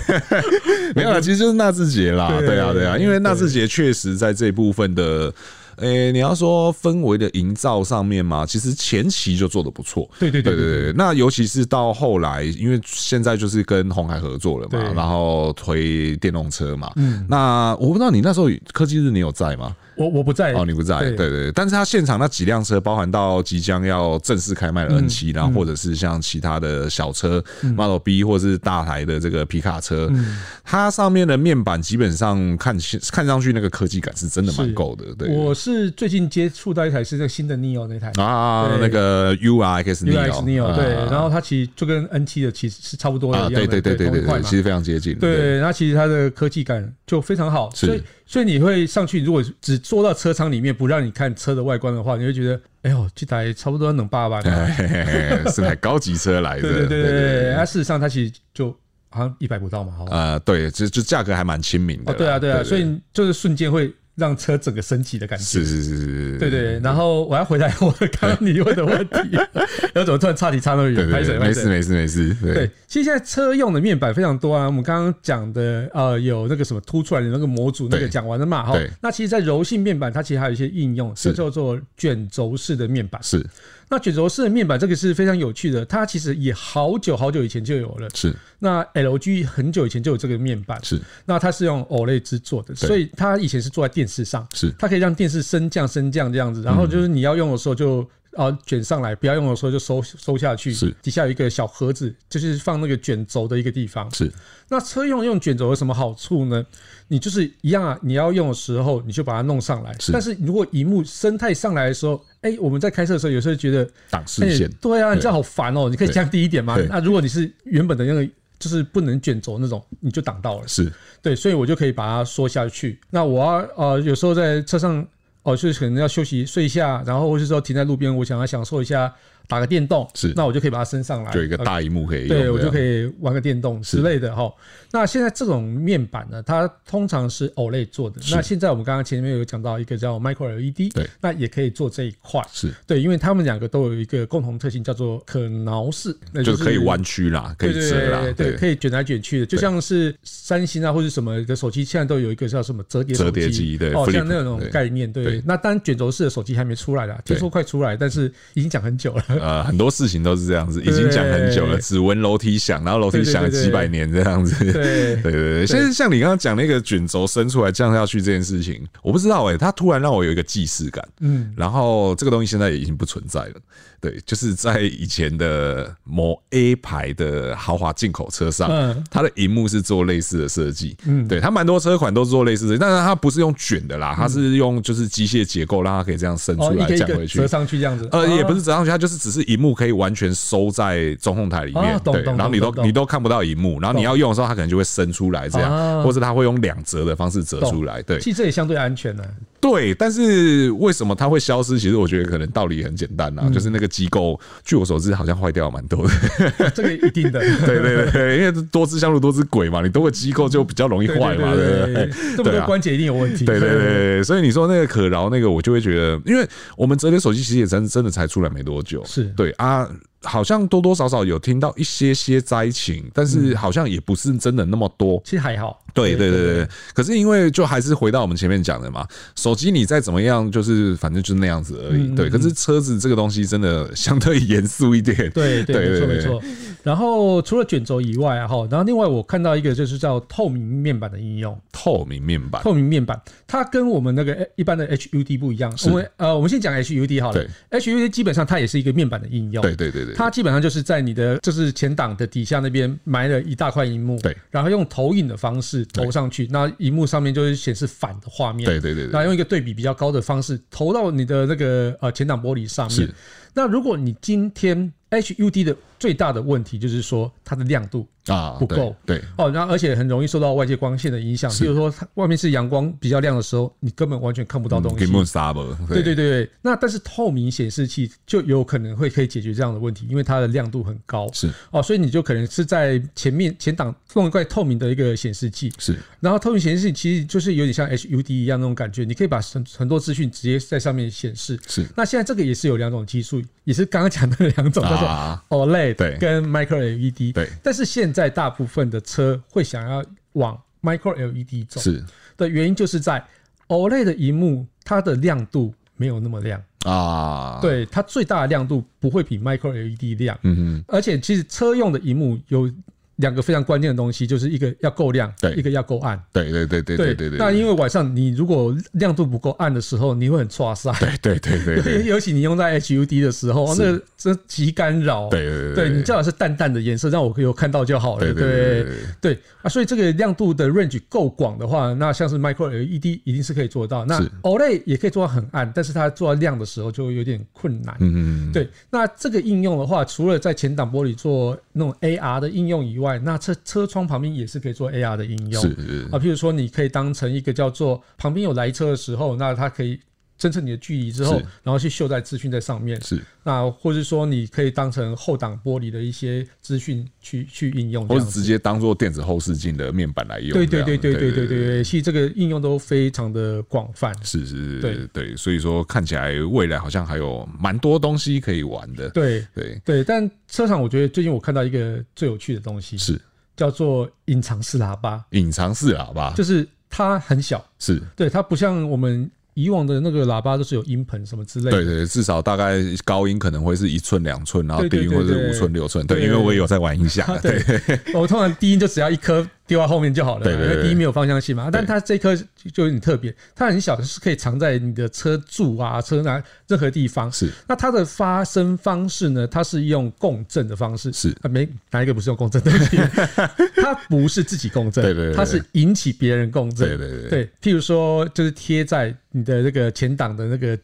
没有啦，其实就是纳智捷啦，
对
对啊，对啊，因为纳智捷确实在这部分的。诶、你要说氛围的营造上面嘛，其实前期就做的不错。
对对对
对
对
对对，那尤其是到后来，因为现在就是跟红海合作了
对嗯
嘛，然后推电动车嘛。那我不知道你那时候科技日你有在吗？
我我不在
哦，你不在，对对对，但是它现场那几辆车，包含到即将要正式开卖
嗯
的 N 七、然后或者是像其他的小车、Model B 或是大台的这个皮卡车，
嗯
它上面的面板基本上看起看上去那个科技感是真的蛮够的，对。
我是最近接触到一台是这个新的 neo 那台
啊，那个 U R X
U X
Neo，
neo 对，然后它其实就跟 N 7的其实是差不多的
啊，
一样
对
的，
对对对
同一
对
款
对，
嘛
其实非常接近，
对，那其实它的科技感就非常好，
是
所以所以你会上去，如果只坐到车舱里面不让你看车的外观的话，你会觉得，哎呦，这台差不多能 八万。
嘿嘿 嘿是台高级车来的，
对对对对对，那、事实上它其实就好像一百不到嘛，好吧？
呃，对，就就价格还蛮亲民的
哦，
啦，
对啊对啊，所以就是瞬间会让车整个升级的感觉。
是嗯是是是，是
对对，然后我要回来我的刚刚你问的问题，然后怎么突然差题差那么
对
远？拍
对
谁
对，
拍
没事
谁？
没事没事，
对，其实现在车用的面板非常多啊。我们刚刚讲的，呃，有那个什么凸出来的那个模组，那
对
个讲完了嘛，哈
对。
那其实，在柔性面板，它其实还有一些应用，是叫做卷轴式的面板。
是
那卷轴式的面板这个是非常有趣的，它其实也好久好久以前就有了。
是
那 LG 很久以前就有这个面板，
是
那它是用 OLED 制作的，所以它以前是坐在电视上，
是
它可以让电视升降升降这样
嗯
子，然后就是你要用的时候就啊、呃卷上来，不要用的时候就收收下去，
是
底下有一个小盒子，就是放那个卷轴的一个地方。
是
那车用用卷轴有什么好处呢？你就是一样啊，你要用的时候你就把它弄上来，
是
但是如果荧幕生态上来的时候，哎、我们在开车的时候有时候觉得
挡视线
哎，对啊，
对
你这样好烦哦、你可以降低一点吗
对？
那如果你是原本的那个，就是不能卷轴那种，你就挡到了。
是
对，所以我就可以把它缩下去。那我要呃，有时候在车上哦、就是可能要休息睡一下，然后或是说停在路边，我想要享受一下打个电动，
是
那我就可以把它升上来，
就有一个
呃
大荧幕可以用，
对我就可
以
以玩个电动之类的哈。那现在这种面板呢，它通常是 OLED 做的。那现在我们刚刚前面有讲到一个叫 Micro LED，
对，
那也可以做这一块。
是
对，因为他们两个都有一个共同特性，叫做可挠式，那
就是可以弯曲啦，可以
对对
折啦
对，对，可以卷来卷去的，就像是三星啊或者什么的手机，现在都有一个叫什么折叠手
折叠机对
哦，
，flip，
像那种
对
概念，对
对。
那当然卷轴式的手机还没出来啦，听
对
说快出来，但是已经讲很久了。
呃，很多事情都是这样子，已经讲很久了，
对
只闻楼梯响，然后楼梯响了
对对对
几百年这样子。
对
对对对，现在像你刚刚讲那个卷轴伸出来降下去这件事情，我不知道哎、它突然让我有一个既视感。嗯，然后这个东西现在也已经不存在了。对，就是在以前的某 A 牌的豪华进口车上，
嗯
它的荧幕是做类似的设计。嗯，对，它蛮多车款都是做类似的，但是它不是用卷的啦，它是用就是机械结构让它可以这样伸
嗯哦，
出
一
来
个一
降
个
回去。
折上去这样子，
呃，也不
是
是折上去，它就是只是荧幕可以完全收在中控台里面
啊，懂
对，
懂
然后你
懂
都
懂
你都看不到荧幕，然后你要用的时候，它可能就会伸出来这样，
啊
或者它会用两折的方式折出来，对
其实这也相对安全呢。
对。但是为什么它会消失？其实我觉得可能道理很简单
嗯
啦，就是那个机构，据我所知好像坏掉蛮多的，
这个一定的。
对对对对，因为多只香炉多只鬼嘛，你多个机构就比较容易坏嘛，对不对？
这么
对
多
啊
关节一定有问题。
对对对对，对所以你说那个可饶那个，我就会觉得，因为我们折叠手机其实也真真的才出来没多久，
是
对啊，好像多多少少有听到一些些灾情，但
嗯
是好像也不是真的那么多。
其实还好。
对对对对对，可是因为就还是回到我们前面讲的嘛，手机你再怎么样，就是反正就是那样子而
嗯
已。对，可是车子这个东西真的相对严肃一点。
对对，没
对
错没
对
错。然后除了卷轴以外啊，哈，然后另外我看到一个就是叫透明面板的应用。
透明面板
透明面板，它跟我们那个呃一般的 HUD 不一样。我们呃，我们先讲 HUD 好了
对。
HUD 基本上它也是一个面板的应用。
对对对对，
它基本上就是在你的就是前挡的底下那边埋了一大块荧幕，
对，
然后用投影的方式投上去，那荧幕上面就是显示反的画面，
对对对
然
对
后用一个对比比较高的方式投到你的那个呃前挡玻璃上面
是。
那如果你今天 HUD 的最大的问题就是说它的亮度
啊，
不够
对，对
哦，然后而且很容易受到外界光线的影响，比如说它外面是阳光比较亮的时候，你根本完全看不到东
嗯
西。
给 Moon Sub，
对对对对，那但是透明显示器就有可能会可以解决这样的问题，因为它的亮度很高
是
哦，所以你就可能是在前面前挡弄一块透明的一个显示器，
是
然后透明显示器其实就是有点像 HUD 一样那种感觉，你可以把很很多资讯直接在上面显示。
是
那现在这个也是有两种技术，也是刚刚讲的两种，叫做
啊，对
OLED 跟 Micro LED。
对，
但是现在大部分的车会想要往 Micro LED 走
是
的原因，就是在 OLED 的荧幕它的亮度没有那么亮，
啊，，
对它 E 最大的亮度不会比 Micro LED 亮。
嗯哼，
而且其实车用的荧幕有两个非常关键的东西，就是一个要够亮，
对
一个要够暗。
对对对对对对对，
那因为晚上你如果亮度不够暗的时候，你会很挫伤。
对对对对对
尤其你用在 HUD 的时候，哦
是
那个真极干扰。
对对
哦对你最好是淡淡的颜色，让我有看到就好了。
对对对对
对啊，所以这个亮度的 range 够广的话，那像是 micro LED 一定是可以做到。那
是
OLED 也可以做到很暗，但是它做到亮的时候就有点困难。
嗯嗯
对，那这个应用的话，除了在前挡玻璃做那种 AR 的应用以外，那车车窗旁边也是可以做 AR 的应用。
是是
啊，譬如说你可以当成一个叫做旁边有来车的时候，那它可以侦测你的距离之后
是，
然后去秀在资讯在上面。
是，
那或是说你可以当成后挡玻璃的一些资讯去去应用，这
或
样
者
子
直接当做电子后视镜的面板来用。
对对
这
对
样
对对对对
对。
对，其实这个应用都非常的广泛。
是是
对
是，对，所以说看起来未来好像还有蛮多东西可以玩的。
对
对，
对，但车上我觉得最近我看到一个最有趣的东西，
是
叫做隐藏式喇叭，
隐藏式喇叭，
就是它很小，
是
对它不像我们以往的那个喇叭都是有音盆什么之类的
对。对，至少大概高音可能会是一寸两寸，然后
对
低
对
音会
对
是
对
五寸六寸。对，
对
因为我也有在玩音响
啊
啊。
对
对，
我通常低音就只要一颗丢在后面就好了嘛，
对对对
因为低音没有方向性嘛。
对
但它这颗就有点特别，它很小，是可以藏在你的车柱啊、车哪任何地方。
是
那它的发声方式呢？它是用共振的方式，
是
啊，没哪一个不是用共振？对不起， 它不是自己共振，
对对对对
它是引起别人共振。
对对对，
对，譬如说，就是贴在你的那个前挡的那个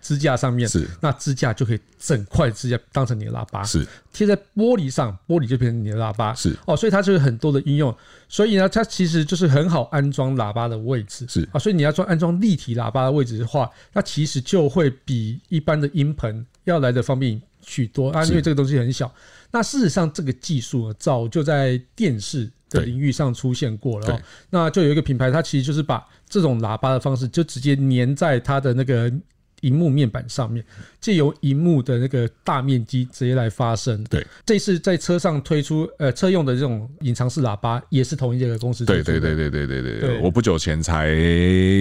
支架上面，
是
那支架就可以整块支架当成你的喇叭，
是
贴在玻璃上，玻璃就变成你的喇叭，
是
哦，所以它就是很多的应用，所以呢，它其实就是很好安装喇叭的位置，
是
啊，所以你要装安装立体喇叭的位置的话，那其实就会比一般的音盆要来的方便许多啊，
是
因为这个东西很小。那事实上，这个技术呢早就在电视的
对
领域上出现过了、哦
对，
那就有一个品牌，它其实就是把这种喇叭的方式就直接粘在它的那个。荧幕面板上面，借由荧幕的那个大面积直接来发声。
对，
这次在车上推出呃车用的这种隐藏式喇叭，也是同一个公司推
对
出的。
对对对对对对
对
对，我不久前才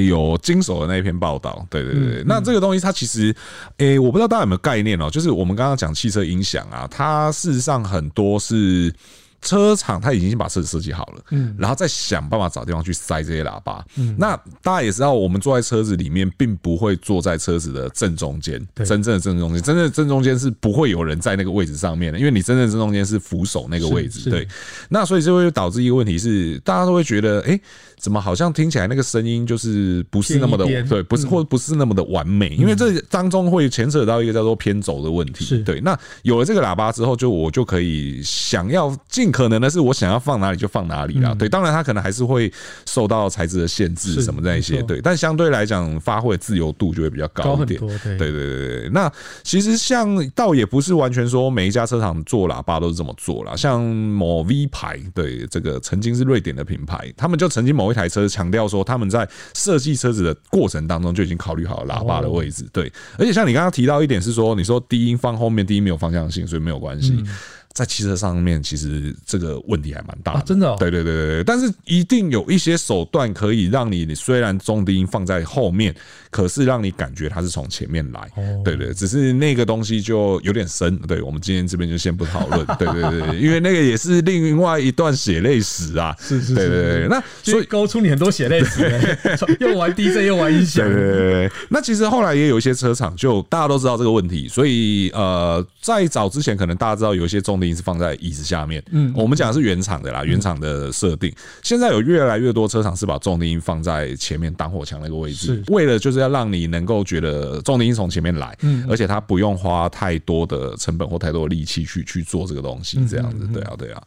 有经手的那一篇报道。对对
嗯
对，对那这个东西它其实，诶，我不知道大家有没有概念哦，就是我们刚刚讲汽车音响啊，它事实上很多是。车厂它已经把车子设计好了，嗯，然后再想办法找地方去塞这些喇叭。嗯，那大家也知道，我们坐在车子里面，并不会坐在车子的正中间，
对
真正的正中间，真正的正中间是不会有人在那个位置上面的，因为你真正的正中间是扶手那个位
是是
置，对。那所以就会导致一个问题是，大家都会觉得，哎、怎么好像听起来那个声音就是不是那么的
偏一边嗯
对，不是或不是那么的完美，因为这当中会牵扯到一个叫做偏轴的问
是
题。对，那有了这个喇叭之后，就我就可以想要尽可能的是我想要放哪里就放哪里啦。对，当然它可能还是会受到材质的限
嗯是
制什么那一
没
些，
错
对，但相对来讲发挥的自由度就会比较
高
高一
很
点
多。。对
对对对对对，那其实像倒也不是完全说每一家车厂做喇叭都是这么做啦，像某 V 牌，对这个曾经是瑞典的品牌，他们就曾经某一台车强调说他们在设计车子的过程当中就已经考虑好了喇叭的位置。
哦
对，而且像你刚刚提到一点是说，你说低音放后面，低音没有方向性，所以没有关
嗯
系。在汽车上面，其实这个问题还蛮大
啊
的，
真的哦
对对对对对，但是一定有一些手段可以让你，你虽然中低音放在后面，可是让你感觉它是从前面来。
哦
对对，只是那个东西就有点深。对我们今天这边就先不讨论。对对对，因为那个也是另外一段血泪史啊。
是是
对
是
对对，那
所
所
以
以。
勾出你很多血泪史， 又玩 DJ 又玩音响
对，对对对对，那其实后来也有一些车厂，就大家都知道这个问题，所以呃，在早之前，可能大家知道有一些重低音是放在椅子下面，嗯，我们讲的是原厂的啦，原厂的设定。现在有越来越多车厂是把重低音放在前面挡火墙那个位置，为了就是要让你能够觉得重低音从前面来，嗯，而且它不用花太多的成本或太多的力气去去做这个东
嗯
西，这样子，对啊，对啊。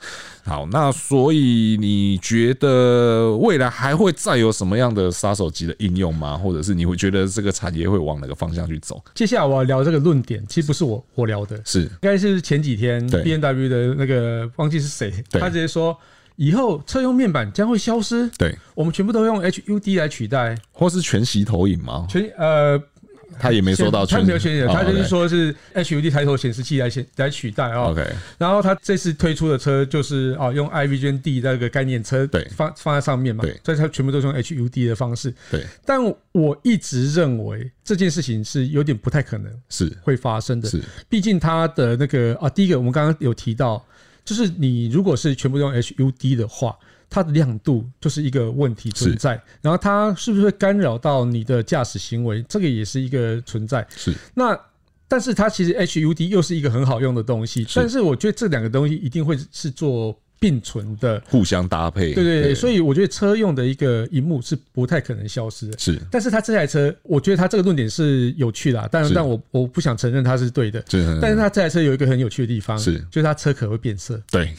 好，那所以你觉得未来还会再有什么样的杀手级的应用吗？或者是你会觉得这个产业会往哪个方向去走？
接下来我要聊这个论点，其实不是我我聊的，
是
应该是前几天
对
B N W 的那个忘记是谁，
对
他直接说以后车用面板将会消失，
对，
我们全部都用 H U D 来取代，
或是全息投影吗？
全呃
他也没说到
他
全，
没有选择，
哦
他就是
，OK
说是 H U D 抬头显示器来显来取代哦。
OK，
然后他这次推出的车就是啊，用 i v g n d 那个概念车
对
放放在上面嘛，
对
所以它全部都是用 HUD 的方式。
对，
但我一直认为这件事情是有点不太可能
是
会发生的，
是
毕竟它的那个啊，第一个我们刚刚有提到，就是你如果是全部用 HUD 的话，它的亮度就是一个问题存在。然后它是不是会干扰到你的驾驶行为，这个也是一个存在。
是
那但是它其实 HUD 又是一个很好用的东西，但是我觉得这两个东西一定会是做并存的。
互相搭配，
对对对，所
以
以我觉得车用的一个荧幕是不太可能消失的。
是
但是它这台车，我觉得它这个论点是有趣啦，但
是
但我我不想承认它是对的。
是嗯
但是它这台车有一个很有趣的地方，
是
就是它车壳会变色，
对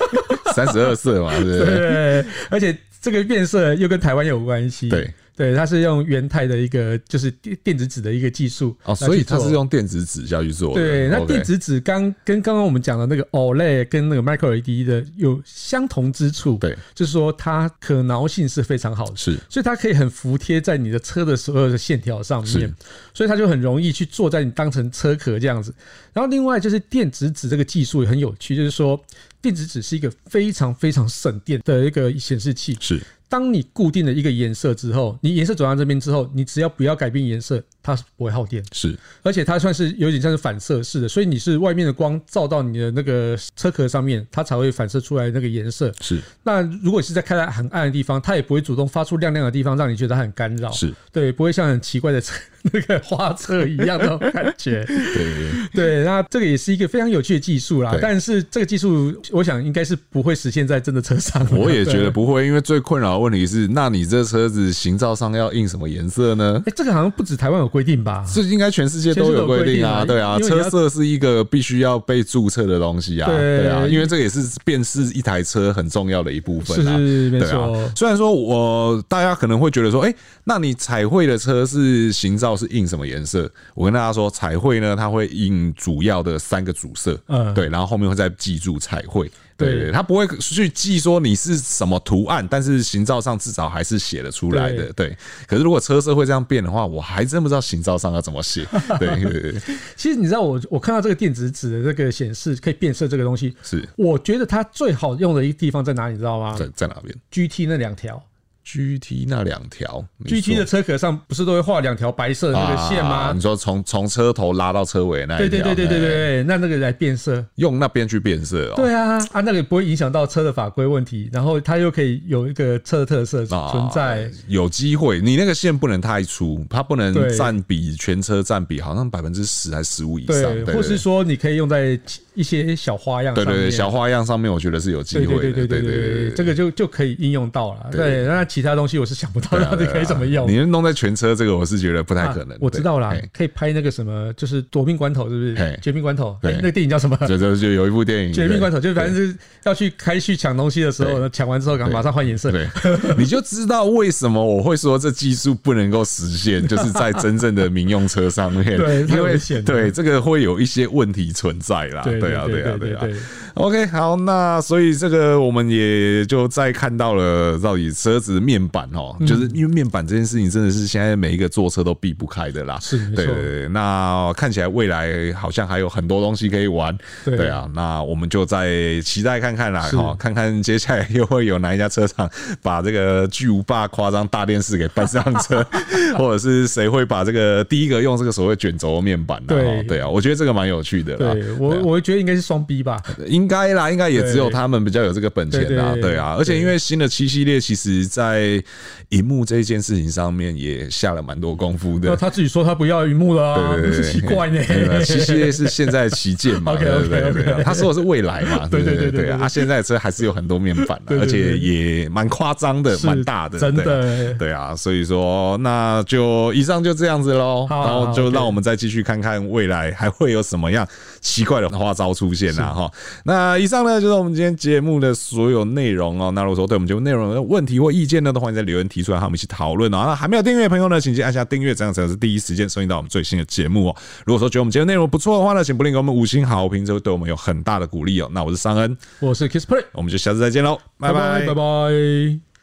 三十二 色嘛，对不对？
对，而且这个变色又跟台湾有关系，
对
对，它是用元泰的一个就是电电子纸的一个技术
哦，所以它是
来去做。
用哦电子纸下去做的。
对，那
OK
电子纸刚跟刚刚我们讲的那个 OLED 跟那个 Micro LED 的有相同之处，
对
就是说它可挠性是非常好的，
是
所以它可以很服贴在你的车的所有的线条上面
是，
所以它就很容易去坐在你当成车壳这样子。然后另外就是电子纸这个技术也很有趣，就是说电子纸是一个非常非常省电的一个显示器。
是
当你固定了一个颜色之后，你颜色转到这边之后，你只要不要改变颜色，它是不会耗电，
是
而且它算是有点像是反射式的，所以你是外面的光照到你的那个车壳上面，它才会反射出来那个颜色。
是
那如果是在开在很暗的地方，它也不会主动发出亮亮的地方，让你觉得它很干扰。
是，
对，不会像很奇怪的 车那个花车一样那种感觉。
对对对
对，那这个也是一个非常有趣的技术啦
对。
但是这个技术，我想应该是不会实现在真的车上了。
我也
对
觉得。不会，因为最困扰的问题是，那你这车子行照上要印什么颜色呢？
哎、这个好像不止台湾有规定吧？
这应该全世界都有规定啊，对
全世界都有规定啊
啊，
因为你
车
要
色是一个必须要被注册的东西啊，
对
对啊，因为这个也是辨识一台车很重要的一部分
是
啊。
是是，没
对啊
错。，
虽然说我大家可能会觉得说，哎、那你彩绘的车是行照是印什么颜色？我跟大家说，彩绘呢，它会印主要的三个主色，
嗯
对，然后后面会再记住彩绘，对
对
对，对它不会去记说你是什么图案，但是行照上至少还是写得出来的，对。可是如果车色会这样变的话，我还真不知道行照上要怎么 写，对对对，对
其实你知道我，我看到这个电子纸的这个显示可以变色这个东西，
是
我觉得它最好用的一个地方在哪里，你知道吗
在在哪边
？GT 那两条。
？GT 那两条你说
GT 的车壳上不是都会画两条白色的那个线
啊
吗
你？说从从车头拉到车尾那
对
一条，
对对对对对
哎
对，那那个来变色。
用那边去变色哦。
对啊，啊，那个也不会影响到车的法规问题，然后它又可以有一个车的特色
啊
存在。
有机会，你那个线不能太粗，它不能
对
占比全车占比好像百分之十还十五以上，
对，
对，
或是
对
说你可以用在一些小花样
对
上
对对
面。
小花样上面，我觉得是有机
对
会的，
对对
对
对对，这个就就可以应用到了。对，那其他东西我是想不到
对啊
到底
对啊
可以怎么用。
你弄在全车这个，我是觉得不太
啊
可能。
我知道啦
对嘿，
可以拍那个什么，就是夺命关头，是不是
嘿？
绝命关头，
对
哎那个电影叫什么？
这这就有一部电影《
绝命关头，
对
就是反正就是要去开去抢东西的时候，
对
呢抢完之后，赶快马上换颜色。
对， 你就知道为什么我会说这技术不能够实 现，就是在真正的民用车上面，
对太
因为
危险了
对这个会有一些问题存在啦，
对
啊，
对
对啊，
对
啊。OK，好，那所以这个我们也就再看到了，到底车子面板哦，
嗯
就是因为面板这件事情真的是现在每一个坐车都避不开的啦，
是没
对
错
对对。那看起来未来好像还有很多东西可以玩，
对
对啊，那我们就再期待看看啦，
是
哈，看看接下来又会有哪一家车厂把这个巨无霸夸张大电视给搬上 车，或者是谁会把这个第一个用这个所谓卷轴面板呢、
对
哦对啊，我觉得这个蛮有趣的啦，啊
对我我觉得应该是双 B 吧，
应该啦，应该也只有
对
他们比较有这个本钱啦，
对对
对啊，
对
而且因为新的七系列，其实在荧幕这一件事情上面也下了蛮多功夫
那
的。
他自己说他不要荧幕了、啊，
对对对，对
奇怪呢、
对啊七 系列是现在旗舰嘛，对
OK，OK，OK
对对对啊，他说的是未来 嘛，
对对
对
对对
对啊，
对
啊现在的车还是有很多面板啊，
对
而
对
且
对
也蛮夸张的，
是
蛮大的，
真
对啊
的。
对啊，所以说那就以上就这样子喽，
好
然后就
好
让我们再继续看看未来还会有什么样奇怪的花招出现啦哈。那以上呢就是我们今天节目的所有内容哦。那如果说对我们节目内容有问题或意见呢，都欢迎在留言提出来，和我们一起讨论哦。那还没有订阅的朋友呢，请记得按下订阅，这样才能是第一时间收听到我们最新的节目哦。如果说觉得我们节目内容不错的话呢，请不吝给我们五星好评，这会对我们有很大的鼓励哦。那我是尚恩，
我是 Kiss Play，
我们就下次再见喽，拜拜
拜拜。